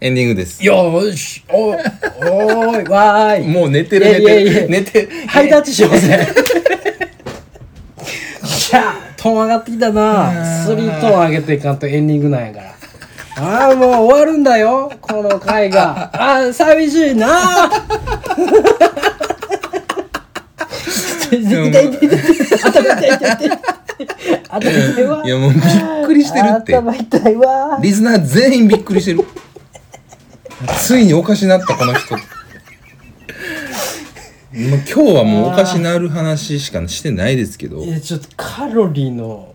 エンディングです。よーしおおーいわーいもう寝てるいや寝いてやいやる寝てハイタッチしますね。シャートーン上がってきたな。スリートーン上げていかんとエンディングなんやから。ああ、もう終わるんだよ。この回が。ああ、寂しいな。痛い痛い痛い痛い頭痛い痛い痛い頭痛いわいやもうびっくりしてるって。頭痛いわリスナー全員びっくりしてる。ついにおかしなったこの 人。もう今日はもうおかしなる話しかしてないですけどい。やちょっとカロリーの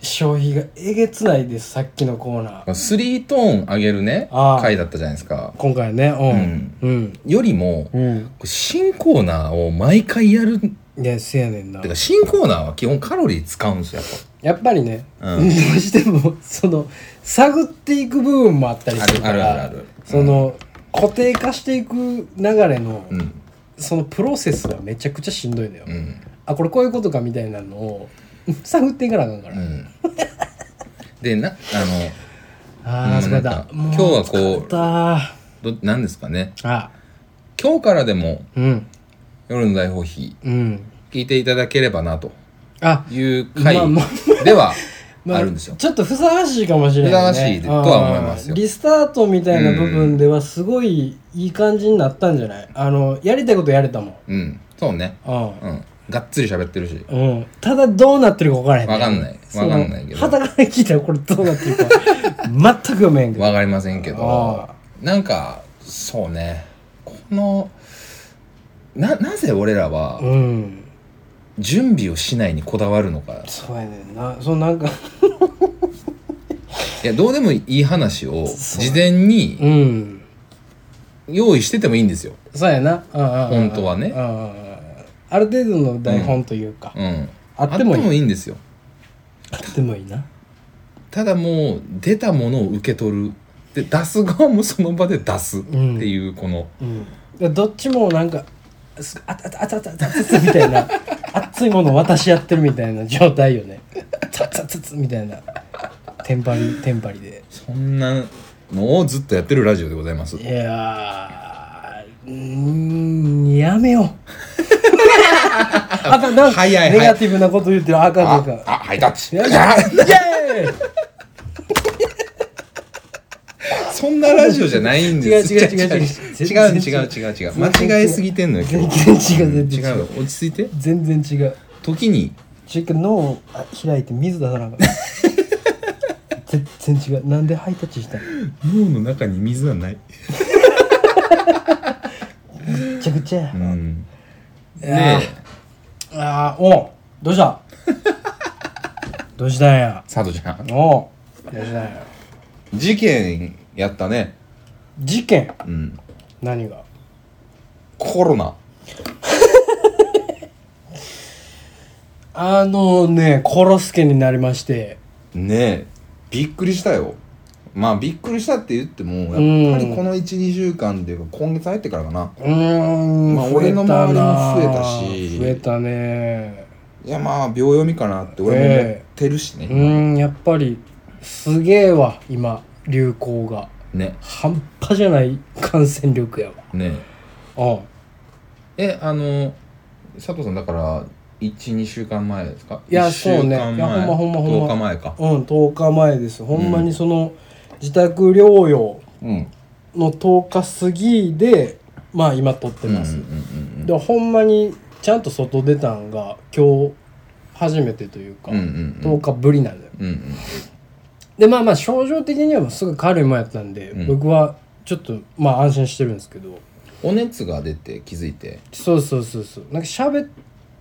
消費がえげつないですさっきのコーナースリートーン上げるね、あー回だったじゃないですか。今回ねうんよりも、うん、新コーナーを毎回やる。うん、いやせやねんなてか新コーナーは基本カロリー使うんですよ、やっやっぱりね、うん どうしてもその探っていく部分もあったりするからあるあるあるあるその、固定化していく流れの、ぱ。うん。そのプロセスはめちゃくちゃしんどいのよ、うん。あこれこういうことかみたいなのを 探っていかなあかんから、うん。で、な、あの、ああもう疲れなんたかも今日はこう疲れたど、なんですかね。あ今日からでも、うん夜の大放棄、うん聞いていただければな、とあいう回まあまで は、あるんですよ。ちょっとふさわしいかもしれない、ね、ふさわしいとは思いますよあーリスタートみたいな部分ではすごいいい感じになったんじゃないあのやりたいことやれたもんうん。そうね。うんうん。がっつり喋ってるし。うん、ただどうなってるか分からへんねわかんないそのわかんないけど肌から聞いたらこれどうなっ てるか全く読めんけどわかりませんけどあ、なんか、そうね。この、な、なぜ俺らは、うん準備をしないにこだわるのか。そうやねんなそのなんかいや、どうでもいい話を、そう事前にうん用意しててもいいんですよ。そうやな本本当はねある程度の台本というか、うん。あってもいいんですよ。あってもいいなただもう、出たものを受け取る。で、出す側もその場で出すってんいう、この、うんでどっちもなんかすあたたあたたたたつみたいな熱いもの渡し合ってるみたいな状態よねたたたつみたいなテンパりテンパりでそんなのをずっとやってるラジオでございますい。やーうーんやめようあかんなんか早い早いネガティブなこと言ってるあかんあかんあ、ハイタッチ。よいしいやイェーイ そんなラジオじゃないんです違う違う違う違う違う違う違う違う違う。間違えすぎてんのよ、今日。全然違う全違然違ううよ。落ち着いて。全然違う時に、ちょっと脳を開いて水出さなあかった全然違うなんでハイタッチしたの脳の中に水はない。めちゃくちゃやうん。いやでー、あーおうどうした どうしたんや佐藤ちゃん。おうどうしたんや事件やったね。事件うん。何がコロナ。あのねコロスケになりましてねえびっくりしたよまあびっくりしたって言ってもやっぱりこの12週間っていうか今月入ってからかなうーん、まあ増え俺のたな周りも増えたし増えたねいやまあ秒読みかなって俺もえ思えってるしうね、ーんやっぱりすげえわ今流行がね半端じゃない感染力やわねうんええあの佐藤さんだから12週間前ですかいや1週間そうね前いやほんまほんまほん10ま日前かうん10日前ですほんまにその自宅療養うんの10日過ぎでまあ今撮ってうんうんます、うんでほんまにちゃんと外出たんが今日初めてというか、うんうんうん10日ぶりなんだようんうんでまあまあ症状的にはもうすぐ軽いもんやったんで、うん僕はちょっとまあ安心してるんですけどお熱が出て気づいてそうそうそうそうなんか喋っ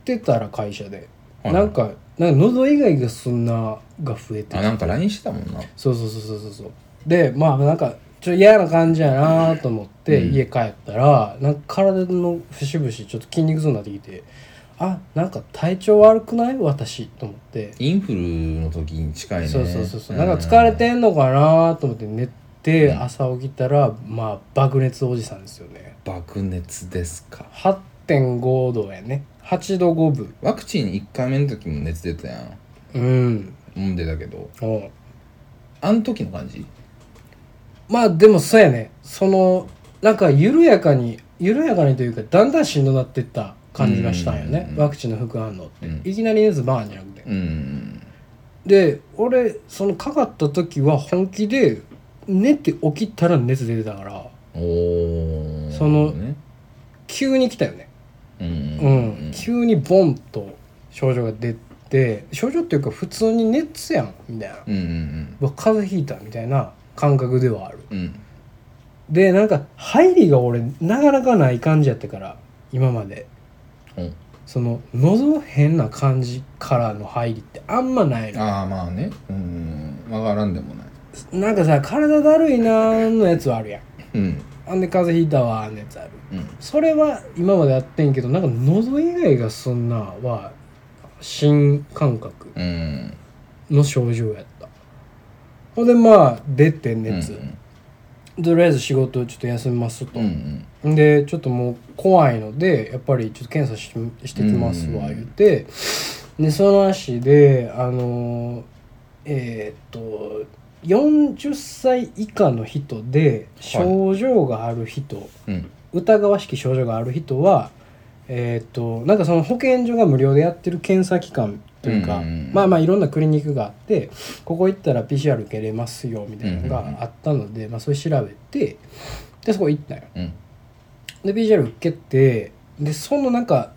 てたら会社で、はいなんかなんか喉以外がそんなが増えてあてなんか LINE してたもんなそうそうそうそうそうそうでまあなんかちょっと嫌な感じやなと思ってうん家帰ったら、なんか体の節々ちょっと筋肉痛になってきてあなんか体調悪くない私と思って、インフルの時に近いねそうそうそうそうなんか疲れてんのかなと思って寝てうん朝起きたらまあ爆熱おじさんですよね爆熱ですか8.5度やね8度5分ワクチン1回目の時も熱出たやうんん。飲んでたけど。おうあん時の感じまあでもそうやねそのなんか緩やかに緩やかにというかだんだんしんどなってった感じがしたんようんうんねうんワクチンの副反応って、うんいきなり熱バーンじゃなくてうんで俺そのかかった時は本気で寝て起きたら熱出てたからおーそのね急に来たよねううんん、急にボンと症状が出て症状っていうか普通に熱やんみたいな、うんうんうわ風邪ひいたみたいな感覚ではあるうんうんでなんか入りが俺なかなかない感じやったから今までうんその喉変な感じからの入りってあんまないのああまあねうんわからんでもないなんかさ体だるいなーのやつはあるやんうんあんで風邪ひいたわーのやつあるうんそれは今までやってんけどなんか喉以外がそんなは新感覚うんの症状やったほんでまあ出て熱、うんとりあえず仕事をちょっと休みますと、うんうんでちょっともう怖いのでやっぱりちょっと検査ししてきますわうん言って、でその足であのーえーっと40歳以下の人で症状がある人、うん疑わしき症状がある人はえーっとなんかその保健所が無料でやってる検査機関というか、うんうんうんまあまあいろんなクリニックがあってここ行ったら PCR 受けれますよみたいなのうんうんうんがあったので、まあ、それ調べてでそこ行ったよ。うんで PCR 受けてでそのなんか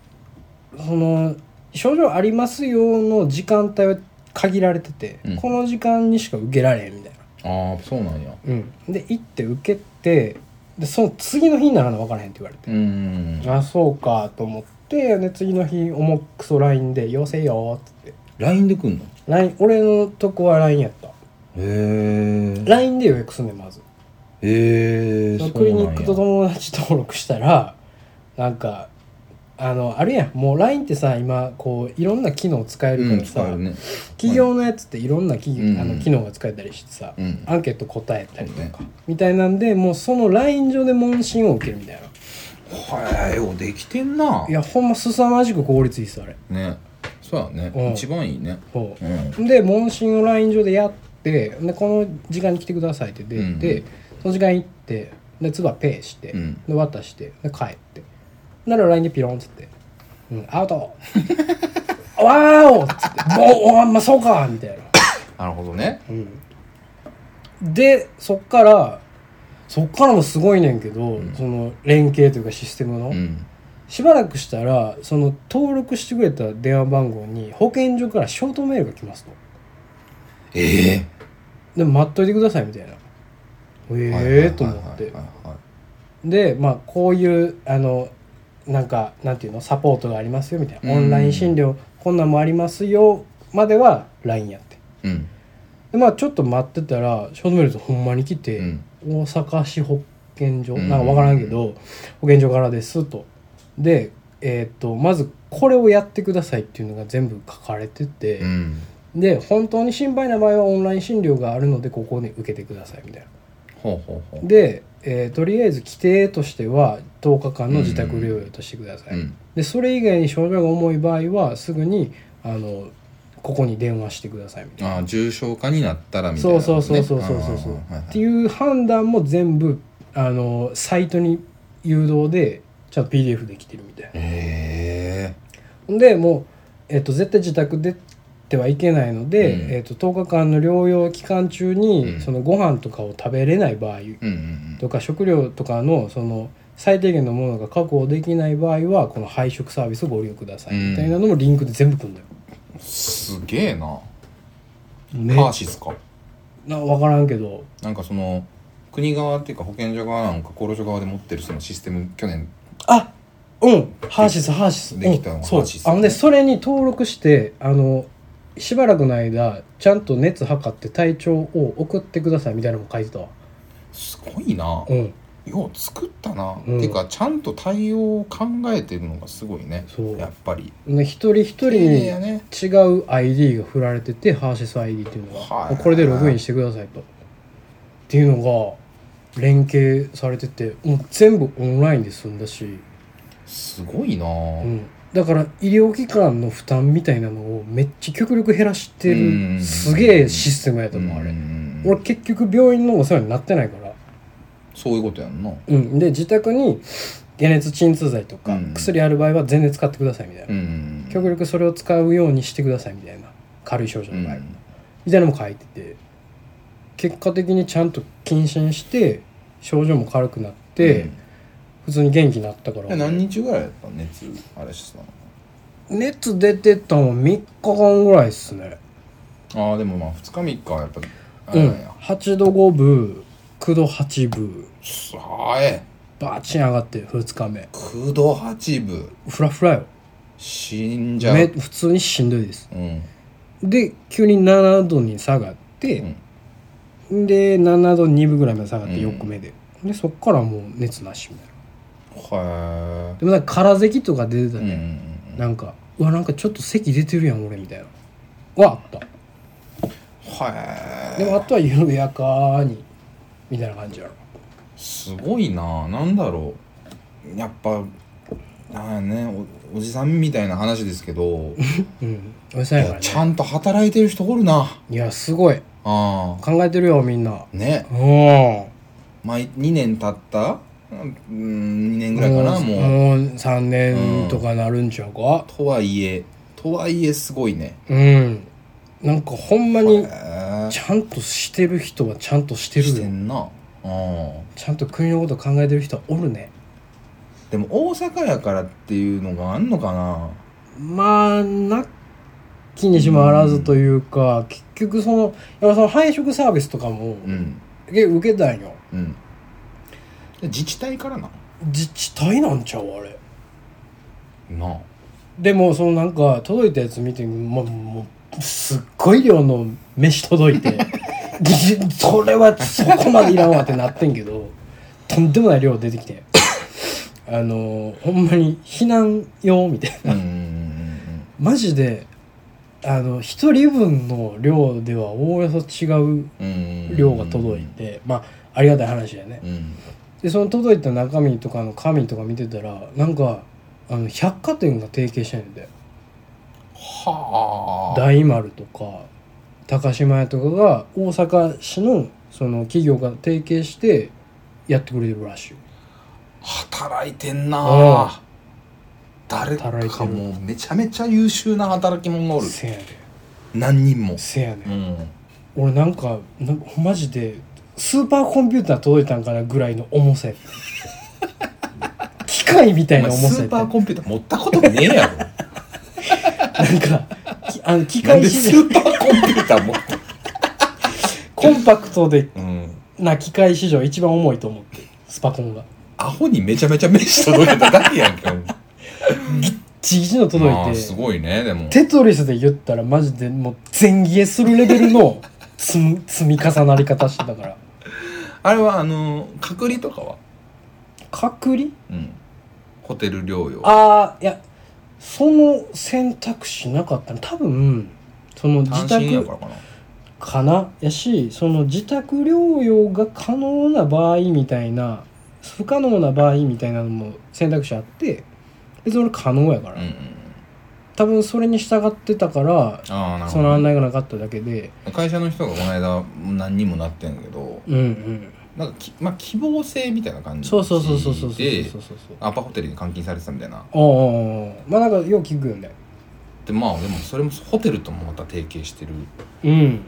その症状ありますよの時間帯は限られてて、うんこの時間にしか受けられへんみたいな、ああそうなんやうん、で行って受けてでその次の日にならな分からへんって言われてう、んあそうかと思ってで次の日重くそ LINE で「陽性よ」っつって LINE で来んの LINE 俺のとこは LINE やったへえ LINE で予約すんねんまずへえそのクリニックと友達登録したらなんかあのあるやんもう LINE ってさ今こういろんな機能使えるうかんらさ、使えるね企業のやつっていろんな企業、うんあの機能が使えたりしてさ、うんアンケート答えたりとか、そうみたいなんでもうその LINE 上で問診を受けるみたいなはいようできてんないやほんま凄まじく効率いいっすあれねそうやね、うん一番いいねそううんで問診を LINE 上でやってでこの時間に来てくださいって出て、うんその時間行ってで唾ペーして、うんで渡してで帰ってなら LINE でピロンっつって「うん、アウト! 」 「わーお!」っつって「もうおあまあそうか!」みたいな、なるほどねうん、でそっからそっからもすごいねんけど、んその連携というかシステムの、うんしばらくしたらその登録してくれた電話番号に保健所からショートメールが来ますと。ええでも待っといてくださいみたいなええと思ってでまあこういうあのなんかなんていうのサポートがありますよみたいなうオんンライン診療こんなんもありますよまでは LINE やってうんでまあちょっと待ってたらショートメールとほんまに来て、うん大阪市保健所うんなんか分からんけど、保健所からですとでえっ、とまずこれをやってくださいっていうのが全部書かれてて、うんで本当に心配な場合はオンライン診療があるのでここで受けてくださいみたいなほうほうほうで、えーとりあえず規定としては10日間の自宅療養としてください、うんでそれ以外に症状が重い場合はすぐにあのここに電話してくださいみたいああ重症化になったらなみたいそな、うね、そうそうそうそうそうそうっていう判断も全部あのサイトに誘導でちゃんと PDF できてるみたいなえでもう、えっと絶対自宅でってはいけないので、うんえっと10日間の療養期間中に、うんそのご飯とかを食べれない場合えうんとか食料とかのその最低限のものが確保できない場合はこの配食サービスをご利用くださいうんみたいなのもリンクで全部くんだよ。うんすげえなねカーシスかな分からんけどなんかその国側っていうか保健所側なんか厚労省側で持ってるそのシステム去年あうんハーシスハーシスできたのうんがそハうーシスあのねそれに登録してあのしばらくの間ちゃんと熱測って体調を送ってくださいみたいなのも書いてたわすごいな、うんよう作ったな、うんてかちゃんと対応を考えてるのがすごいねそうやっぱりで一人一人丁寧にやね違う ID が振られててハーシス ID っていうのが、はいこれでログインしてくださいとっていうのが連携されててもう全部オンラインで済んだし、すごいな、うん、だから医療機関の負担みたいなのをめっちゃ極力減らしてうんるすげえシステムやと思うあれうん俺結局病院のお世話になってないからそういうことやんなうん、で自宅に解熱鎮痛剤とか、うん薬ある場合は全然使ってくださいみたいな、うん極力それを使うようにしてくださいみたいな軽い症状うの場合、んみたいなのも書いてて結果的にちゃんと謹慎して症状も軽くなって、うん普通に元気になったかえら何日ぐらいやった熱あれしてたの熱出てたの3日間ぐらいっすねああでもまあ2日3日はやっぱあうれんなんや8度5分9度8分さあえバチン上がって2日目9度8分フラフラよ死んじゃうめ普通にしんどいですうんで急に7度に下がって、で7度2分ぐらいまで下がってうん4個目で、でそっからもう熱なしみたいなはでもなんか空咳とか出てえたうんうんね、うんなんかうわなんかちょっと咳出てるやん俺みたいなはあったはでえもあとは緩やかにみたいな感じやろすごいななんだろうやっぱなんやねおおじさんみたいな話ですけ どうんおじさんやからねちゃんと働いてる人おるないやすごいああ考えてるよみんなねうんもまあ2年経ったうん2年ぐらいかなもうもう3年とかなるんちゃうかとはいえとはいえすごいねうん、なんかほんまへにえちゃんとしてる人はちゃんとしてしるてよんなうんちゃんと国のこと考えてる人はおるねでも大阪やからっていうのがあんのかなまあなきにしもあらずというか、結局そのやっぱその配食サービスとかうも、んえ受けたんようん自治体からな自治体なんちゃうあれなあでもそのなんか届いたやつ見てもうもうすっごい量の飯届いて ぎそれはそこまでいらんわってなってんけどとんでもない量出てきてあのほんまに避難用みたいなうんうんうんうんマジであの一人分の量ではおおよそ違ううん量が届いて、まあありがたい話だよねうんでその届いた中身とかの紙とか見てたらなんかあの百貨店が提携してんではあ大丸とか高島屋とかが大阪市のその企業が提携してやってくれてるらしい働いてんなああ誰働いてかるもうめちゃめちゃ優秀な働き者がおるせやね何人もせやね、うん俺なんかなんかマジでスーパーコンピューター届いたんかなぐらいの重さやった機械みたおい前な重スさやーっパたーコンピューター持ったことねえやろなんかきあの機なん械で市ス場ーパーコンピューター持ったコンパクトでうんな機械市場一番重いと思ってスパコンがアホにめちゃめちゃ飯届けただけやんかちぎちの届まあいてすごいねでもテトリスで言ったらマジでもう全消えするレベルの 積み積み重なり方してたからあれはあの隔離とかは隔離うんホテル療養ああいやその選択肢なかったね多分その自単身や宅からかなかなやしその自宅療養が可能な場合みたいな不可能な場合みたいなのも選択肢あって別に俺可能やから、うんうん多分それに従ってたからああなるそほの案ど内がなかっただけで会社の人がこの間何人もなってんけどうんうんなんかき、まあ、希望性みたいな感じでそうそうそうそうそうそうそうそうそうアパホテルに監禁されてたみたいなおうおうおうまあなんかよう聞くよねでまあでもそれもホテルともまた提携してるうん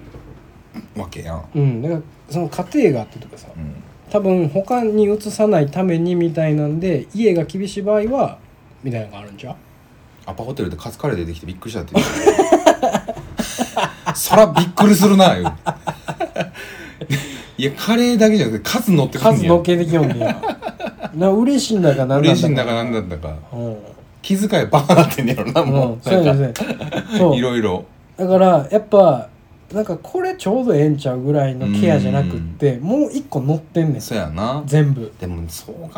わけやん、うんだからその家庭があってとかさうん、多分他に移さないためにみたいなんで家が厳しい場合はみたいなのがあるんちゃうアパホテルでカツカレー出てきてびっくりしたって言うそらびっくりするなよいやカレーだけじゃなくてカツ乗ってくん数ねのっやけてきよんねやな嬉しいんだかなんなんだか嬉しいんだかなんだったかうん気遣いバカなってんねやろなもう、うん、そうなやんかねそうやね そいうろいろだからやっぱなんかこれちょうどええんちゃうぐらいのケアじゃなくってもう一個乗ってんねんそうやな全部でもそう考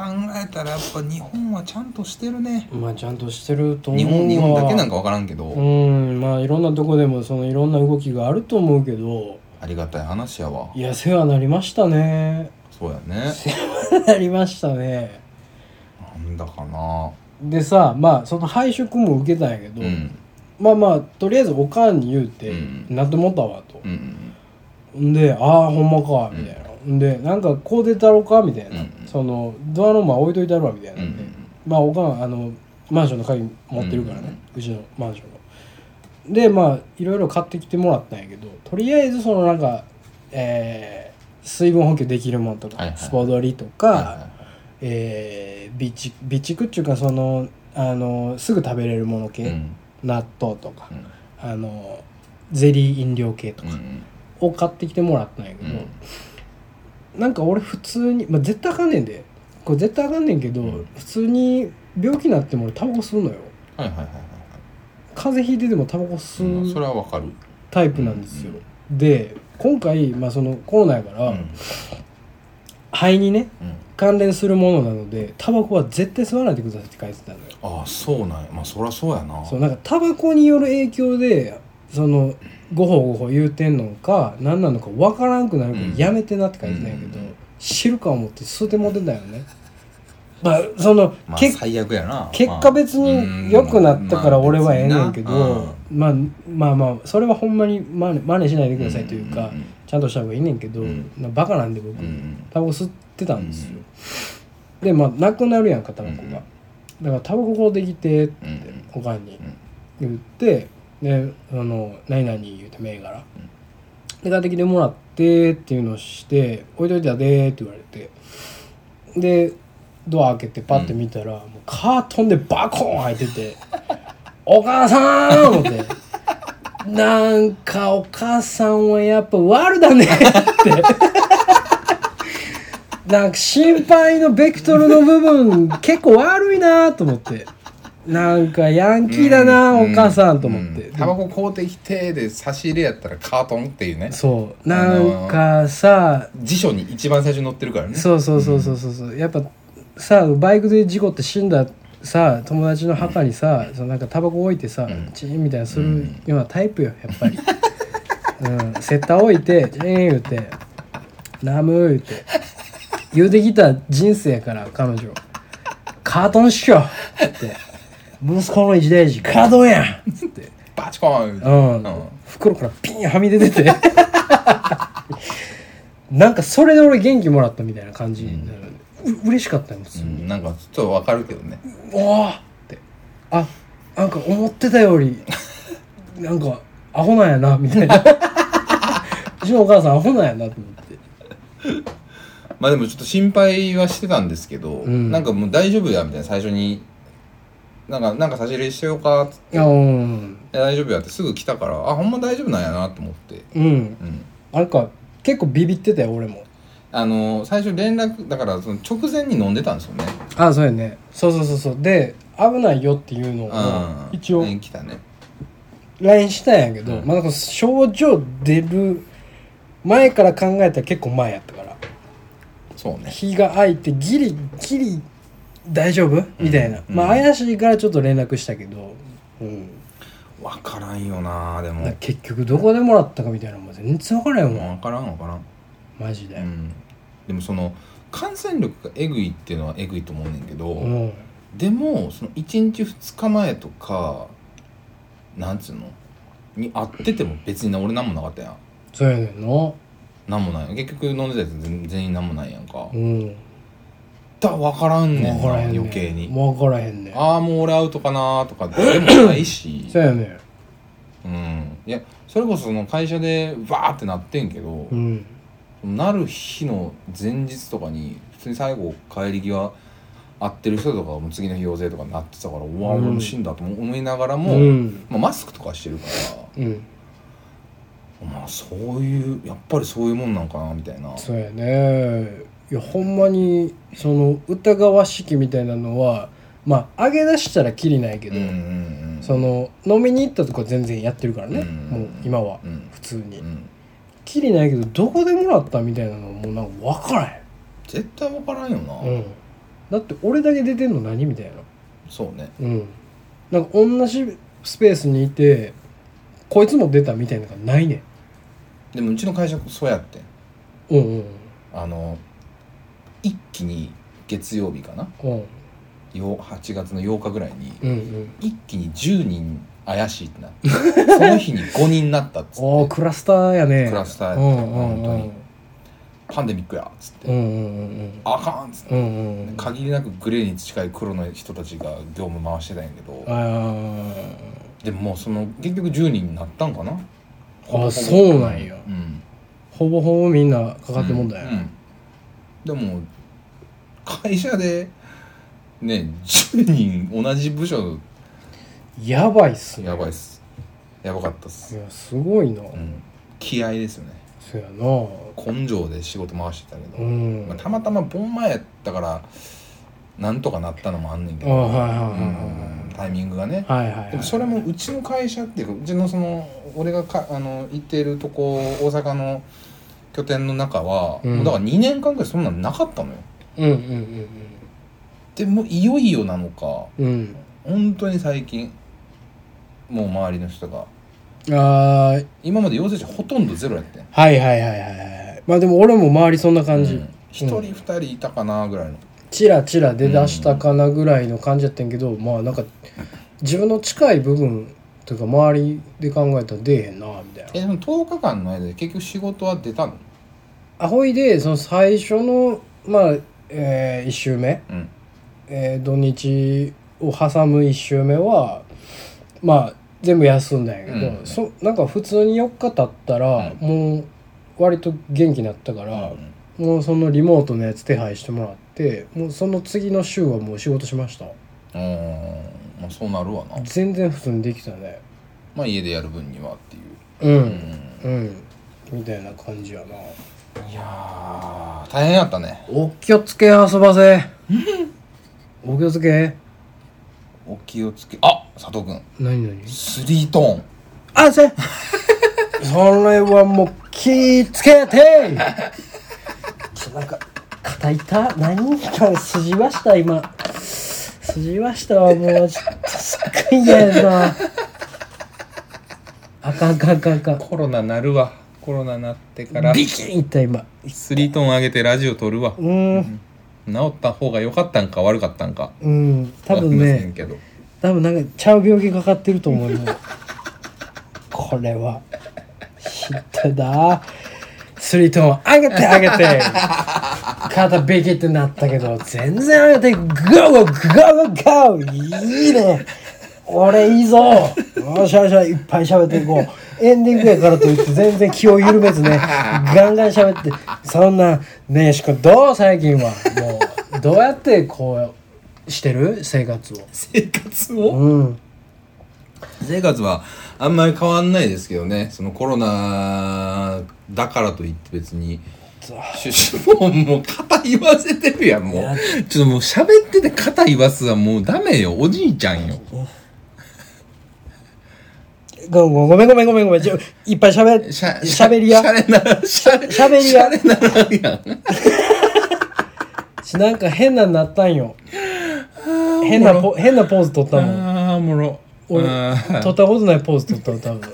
えたらやっぱ日本はちゃんとしてるねまあちゃんとしてると思日うわ本日本だけなんか分からんけど、うんまあいろんなとこでもそのいろんな動きがあると思うけどありがたい話やわいや世話なりましたねそうやね なりましたねなんだかなでさまあその配食も受けたんやけうど、んうんまあまあとりあえずおかんに言うてうん「なってもったわ」とう、んんで「ああほんまか」みたいな、んでなんかこう出たろかみたいな、うんうんそのドアノンマン置いといたろみたいうんうなんうんで、んまあおかんあのマンションの鍵持ってるからね、うんうんうちのマンションのでまあいろいろ買ってきてもらったんやけどとりあえずそのなんかえー水分補給できるものとか、はいはいスポドリとか、はいはいえー備蓄備蓄っていうかそのあのすぐ食べれるもの系、うん納豆とかう、んあのゼリー飲料系とうんうかんを買ってきてもらったんやけど、なんか俺普通に、まあ、絶対あかんねんでこれ絶対あかんねんけど、うん普通に病気になっても俺タバコ吸うのよはいはいはいはい風邪ひいててもタバコうんそ吸うれはわかるタイプなんですよ、うんで今回、まあ、そのコロナやから、うん肺にねうん関連するものなのでタバコは絶対吸わないでくださいって書いてたのよああそうなんやまあそりゃそうやなそうなんかタバコによる影響でそのごほごほ言うてんのか何なのか分からんくなるからうんやめてなって書いてないけど、うん知るか思って吸うてもてたよね。まあその、まあけ最悪やな結果別に良くなったから俺はええねんけど、まあ、まあまあそれはほんまに真似真似しないでくださいというか、ちゃんとした方がいいねんけど、うんなバカなんで僕、うんタバコ吸ってたんですよ、でまあなくなるやんかタバコが、うんだからタバコこうできてってうんおかんにうん言ってであの何々言うて銘柄、で買ってきてもらってっていうのをして置いといたでーって言われてでドア開けてパッて見たら、もうカートンでバコーン入ってて「お母さん!」思って。なんかお母さんはやっぱ悪だねってなんか心配のベクトルの部分結構悪いなと思ってなんかヤンキーだな、お母さんと思って、うんタバコ買うてきてで差し入れやったらカートンっていうねそうなんかさ、辞書に一番最初に載ってるからねそうそうそうそうそうそうやっぱさバイクで事故って死んださ友達の墓にさ、そのなんかタバコ置いてさ、んチーンみたいなするようなタイプよやっぱり、うん、セッター置いてチーン言うて「ナム」言うて言うてきた人生やから彼女カートンっしょって息子の一大事カートンやんつってバチコーンうん、袋からピンはみ出て てなんかそれで俺元気もらったみたいな感じになる、う嬉しかったよ普通うに、んなんかちょっとわかるけどねおおってあなんか思ってたよりなんかアホなんやなみたい なうちのお母さんアホなんやなと思ってまあでもちょっと心配はしてたんですけど、んなんかもう大丈夫やみたいな最初になんかなんか差し入れしてようかっつっていやうんいや大丈夫やってすぐ来たからあほんま大丈夫なんやなと思って、うんうん、なんか結構ビビってたよ俺もあの最初連絡だからその直前に飲んでたんですよねあそうやねそうそうそうそうで危ないよっていうのをうん一応ね来たね LINE したんやけど、うんまあなんか症状出る前から考えたら結構前やったからそうね日が空いてギリギリ大丈夫みたいな、うんまあ怪しいからちょっと連絡したけど、うん、分からんよなでだもから結局どこでもらったかみたいなのも全然分からんよもん分からん分からん、マジでう、ん、でもその感染力がえぐいっていうのはえぐいと思うねんけど、うん、でもその1日2日前とかなんつうのに会ってても別に俺何もなかったやんそうやねんの何もない結局飲んでたやつ全全員何もないやんか、うんだから分からんねんな分からへんねん余計に分からへんねんああもう俺アウトかなとかでもないしそうやねんうんいやそれこそその会社でバーってなってんけどう、んなる日の前日とかに普通に最後帰り際会ってる人とかはもう次の日陽性とかなってたからうわう俺んも死んだと思いながらうも、んまあ、マスクとかしてるかうんらまあそういうやっぱりそういうもんなんかなみたいなそうやねいやほんまにその疑わしきみたいなのはまあ上げ出したらきりないけうんど、うんうんその飲みに行ったとか全然やってるからね、うんもう今はうん普通に、うんきりないけどどこでもらったみたいなのもうなんか分からへ絶対分からんよな、ん、うん、だって俺だけ出てんの何みたいなそうねうんなんか同じスペースにいてこいつも出たみたいなのがないねでもうちの会社そうやってんんうんうんあの一気に月曜日かなうんよ8月の8日ぐらいにうんうん一気に10人怪しいってなってその日に5人になったっつっておークラスターやねクラスターやうったんうんう本当んにパンデミックやっつって、うんうんあかんっつって、うんうんうんうん限りなくグレーに近い黒の人たちが業務回してたんやけど、あでももうその結局10人になったんかなほぼほぼあそうなんやうんほぼほぼみんなかかってもんだよ、うんうんでも会社でね10人同じ部署やばいっすねやばいっすやばかったっすい、やすごいな、うん、気合ですよねそうやな根性で仕事回してたけど、うんまあたまたま盆前やったからなんとかなったのもあんねんけあど、はいはいうんタイミングがね、はいはいはいはいでもそれもうちの会社っていうかうちのその俺がかあの行ってるとこ大阪の拠点の中は、うんもうだから2年間ぐらいそんなんなかったのようんうんでもういよいよなのかうんうん本当に最近もう周りの人がうんあー今まで陽性者ほとんどゼロやってんはいはいはいはいはいまあでも俺も周りそんな感じ、うん一人二人いたかなぐらいのチラチラ出だしたかなぐらいの感じやったんやけど、まあなんか自分の近い部分というか周りで考えたら出えへんなみたいなえでも10日間の間で結局仕事は出たのあほいでその最初のまあ、え1周目、うんえー土日を挟む1周目はまあ全部休んだんやけど、うんそなんか普通に4日経ったら、うんもう割と元気になったから、もうそのリモートのやつ手配してもらってもうその次の週はもう仕事しましたうんまあそうなるわな全然普通にできたねまあ家でやる分にはっていうううんんうんみたいな感じやないやー大変やったねお気をつけ遊ばせ お気をつけお気をつけあ佐藤君何何スリートーンあせそれはもう気ぃつけてちょなんか肩痛何か筋ました今筋ましたわもうちょっとすっごい嫌やなあかんあかんあかんあかんコロナなるわコロナなってからビキンいった今スリートーン上げてラジオ撮るわうーん治った方が良かったんか悪かったんかうん多分わかりませんねけど多分なんかちゃう病気かかってると思う よこれはひどいなスリートーンを上げて上げて肩ビキってなったけど全然上げてゴーゴーゴーゴーゴーいいね俺いいぞよしよしよしいっぱい喋っていこうエンディングやからといって全然気を緩めずねガンガン喋ってそんなねえしかどう最近はもうどうやってこうしてる生活を生活をうん生活はあんまり変わんないですけどねそのコロナだからといって別 にシュシュもうもう肩言わせてるやんもうちょっともう喋ってて肩言わすはもうダメよおじいちゃんよごごごめんごめんごめんごめん。ちょいっぱいしゃべ、しゃべりやし。ゃれならしゃれしゃべりやしゃれならやんしなんか変なのなったんよ。変なポ、変なポーズ取ったもん。あーおもろ俺あー取ったことないポーズ取ったの多分。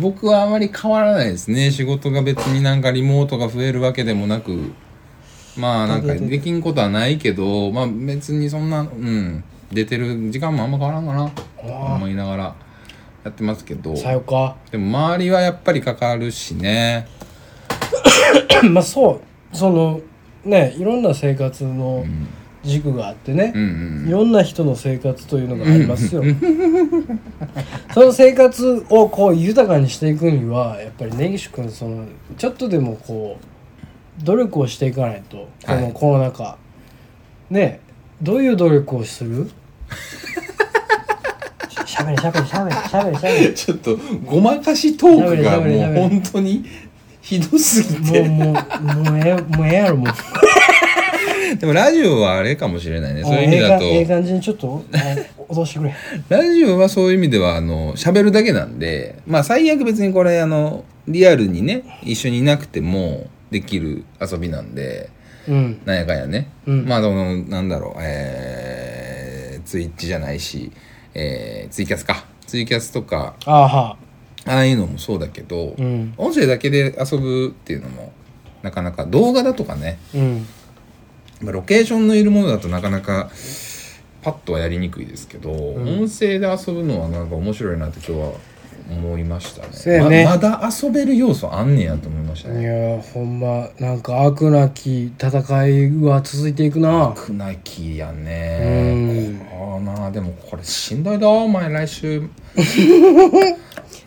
僕はあまり変わらないですね仕事が別になんかリモートが増えるわけでもなくまあなんかできんことはないけどまあ別にそんなうん出てる時間もあんま変わらんかなと思いながらやってますけどさよか。でも周りはやっぱりかかるしね まあそう。その、ね、いろんな生活の軸があってね。うんうんいろんな人の生活というのがありま すよ。その生活をこう豊かにしていくにはやっぱり根岸君そのちょっとでもこう努力をしていかないとこはのいコロナ禍、ねえどういう努力を するししゃべれしゃべれしゃべれしゃべれしゃべれ ちょっとごまかしトークがダメダメダメもう本当にひどすぎてもうもうもうええもうええやろもう でもラジオはあれかもしれないねそういう意え味えだかとええ感じにちょっと脅してくれラジオはそういう意味では、あの、喋るだけなんで、まあ最悪別にこれ、あの、リアルにね、一緒にいなくてもできる遊びなんで、うんなんやかんやね。うんまあ、その、なんだろう、えー、ツイッチじゃないし、えー、ツイキャスか。ツイキャスとか、ああはああいうのもそうだけど、うん音声だけで遊ぶっていうのも、なかなか動画だとかね、うんまあ、ロケーションのいるものだとなかなかパッとはやりにくいですけど、ん音声で遊ぶのはなんか面白いなって今日は思いましたねそうやねままだ遊べる要素あんねやと思いましたいねやほんまなんか悪なき戦いは続いていくな少ないきやうねんああなあでもこれしんどいだお前来 週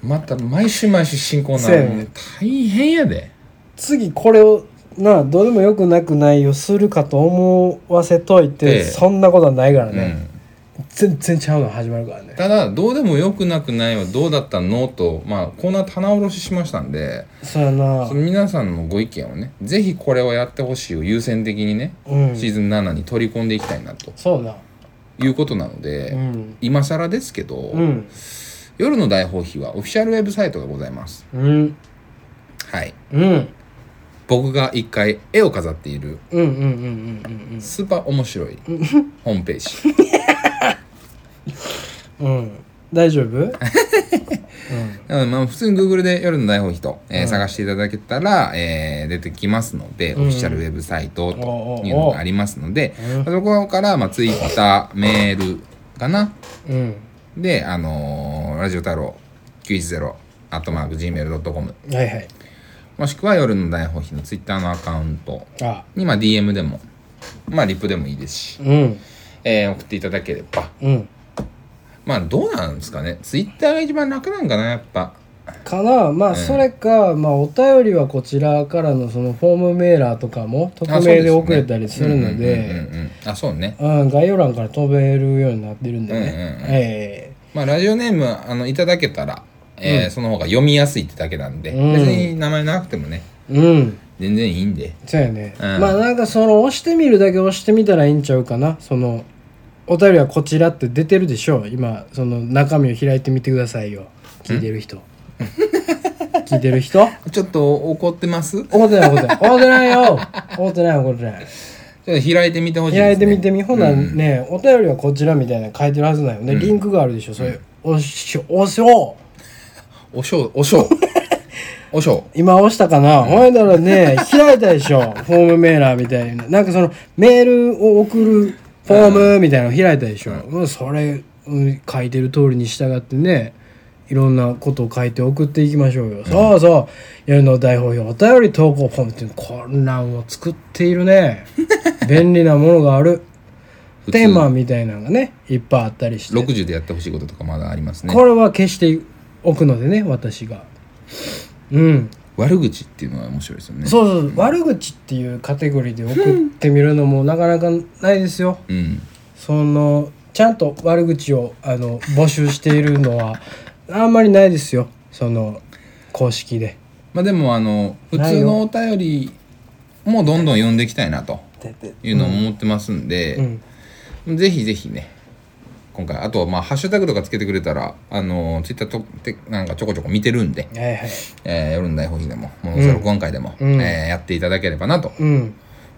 また毎週毎週進行なそうやねる大変やで次これをなどうでもよくなくないをするかと思わせとえいて、えそんなことはないからうね、ん全然ちゃうの始まるからねただどうでもよくなくないはどうだったのとまあコーナー棚卸ししましたんでそうやなその皆さんのご意見をねぜひこれをやってほしいを優先的にね、うんシーズン7に取り込んでいきたいなとそうないうことなので、うん今更ですけど、うん夜の大放棄はオフィシャルウェブサイトがございますうんはいうんうん僕が一回絵を飾っているうんうんうんうんスーパー面白いホームペ ージうんうん 大丈夫うんなのでまあ普通に Google で夜の大放棄と、えー探していただけたら、えー出てきますので、オフィシャルウェブサイトというのがありますので、おうおうそこから、まあ、Twitter メールかなうんで、あのーラジオ太郎910アットマーク Gmail.com はいはいもしくは夜の大放棄のツイッターのアカウントあに、まあ、DM でも、まあ、リプでもいいですし、うんえー送っていただければ。うんまあ、どうなんですかね。ツイッターが一番楽なんかな、やっぱ。かなまあそれか、まあお便りはこちらからのそのフォームメーラーとかも匿あそう名すでね送れたりするのうんうんでうんうんあ、そうね。うん概要欄から飛べるようになってるんでね、うんうんうんえまあ、ラジオネーム、あの、いただけたら、えーその方が読みやすいってだけなんで、うん別に名前なくてもね、えうん全然いいんで。そうやね、うんまあなんかその押してみるだけ押してみたらいいんちゃうかなそのお便りはこちらって出てるでしょ今その中身を開いてみてくださいよ聞いてる人 聞いてる人ちょっと怒ってますち怒ってない怒ってない怒ってないよ怒ってない怒ってないょっと開いてみてほしいです、ね。開いてみてみほなうんね、お便りはこちらみたいなの書いてるはずなんよね、リンクがあるでしょそれ、押し押しょおしょう、お しょう。おしょ今押したかな、ほいだ らね開いたでしょフォームメーラーみたいななんかそのメールを送るフォームみたいなの開いたでしょ、うんそれ、うん書いてる通りに従ってねいろんなことを書いて送っていきましょうよ、そうそう夜の大放棄お便り投稿フォームっていうこんなんを作ってい るね便利なものがあるう。テーマみたいなのがねいっぱいあったりして、普通60でやってほしいこととかまだありますね。これは消しておくのでね私がうん悪口っていうのは面白いですよね。そうそう、悪口っていうカテゴリーで送ってみるのもなかなかないですようん。そのちゃんと悪口をあの募集しているのはあんまりないですよその公式でまあでも、あの、普ない通よのお便りもどんどん読んでいきたいなというのを思ってますんうで、んぜひぜひね、今回、あと、まあ、ハッシュタグとかつけてくれたら、あの、ツイッターとてなんかちょこちょこ見てるんで、はいはいえー夜の大放棄でも、もの録音会でも、うんえーやっていただければなとうん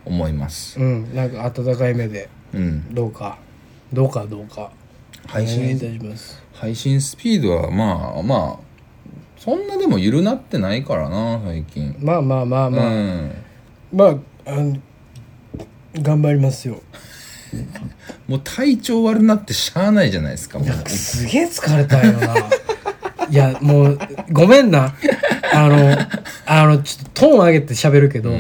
思います。うんなんか温かい目でうん。どうかどうかどうか配お願い信いたします配信スピードはまあまあそんなでも緩なってないからな最近まあまあまあまあ、うんまああの頑張りますよもう体調悪なってしゃあないじゃないですかもうすげえ疲れたよな。いや、もう、ごめんな。あの、あの、ちょっとトーン上げて喋るけど、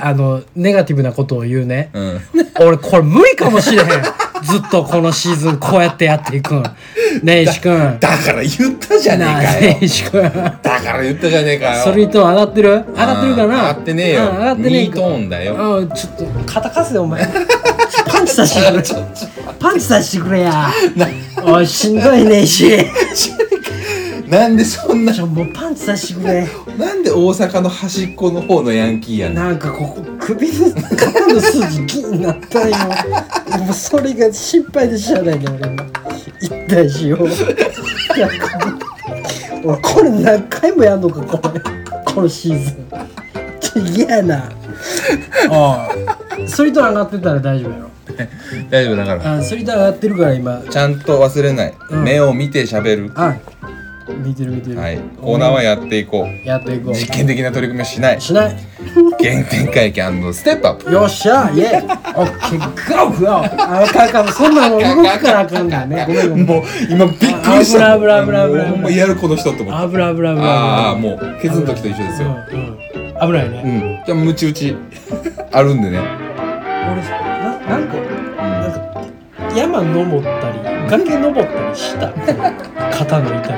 あの、ネガティブなことを言うね。うん俺、これ無理かもしれへん。ずっとこのシーズンこうやってやっていくん。ねえ、石君。なだから言ったじゃねえあ、ねかよえ、石君。だから言ったじゃねえかよそれと上がってる上がってるうかなん上がってねえようん上がってねえニートーンだようんちょっと、肩貸せよ、お前。パンチ出してくれ。パンチ出してくれや。おい、しんどいねえし。なんでそんなちょもうパンツさしてくれなんで大阪の端っこの方のヤンキーやねんなんかここ首の肩の筋気になったよもうそれが心配でしゃあないね俺も痛いしよいや俺これ何回もやんのかこれこのシーズンちょ嫌やな ああスリート上がってたら大丈夫やろ大丈夫だからあスリート上がってるから今ちゃんと忘れない、うん目を見て喋るあ見てる見てるはい、コーナーはやっていこやっていうこ実う験的な取り組みはしないしない原点回帰ステップアップよっしゃイェイオッケーゴーゴーあかんあかんそんなの動くからあかんだねごめんごめ んもう今びっくりしたあ危ない危ない危ない危もうないほんまやるこの人って思ったあぶらあぶらあぶらああもうケツの時と一緒ですようんうん危ないねうんじゃあムチ打ち あるんでね俺さななんかなんか山登ったり崖登ったりした肩の痛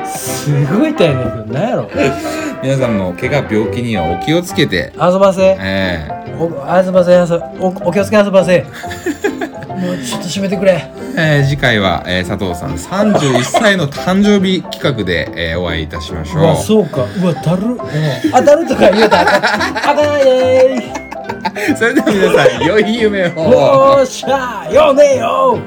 みすごい痛いねんけどなんやろ皆さんも怪我病気にはお気をつけて遊ばせえおあずばせあずおお気をつけあずばせもうちょっと閉めてくれええー次回は、えー佐藤さん31歳の誕生日企画で、えーお会いいたしましうょわうそうかうわだる、うん、あだるとか言うたらあかんあかんイエーイそれでは皆さん良い夢をよっしゃよねよ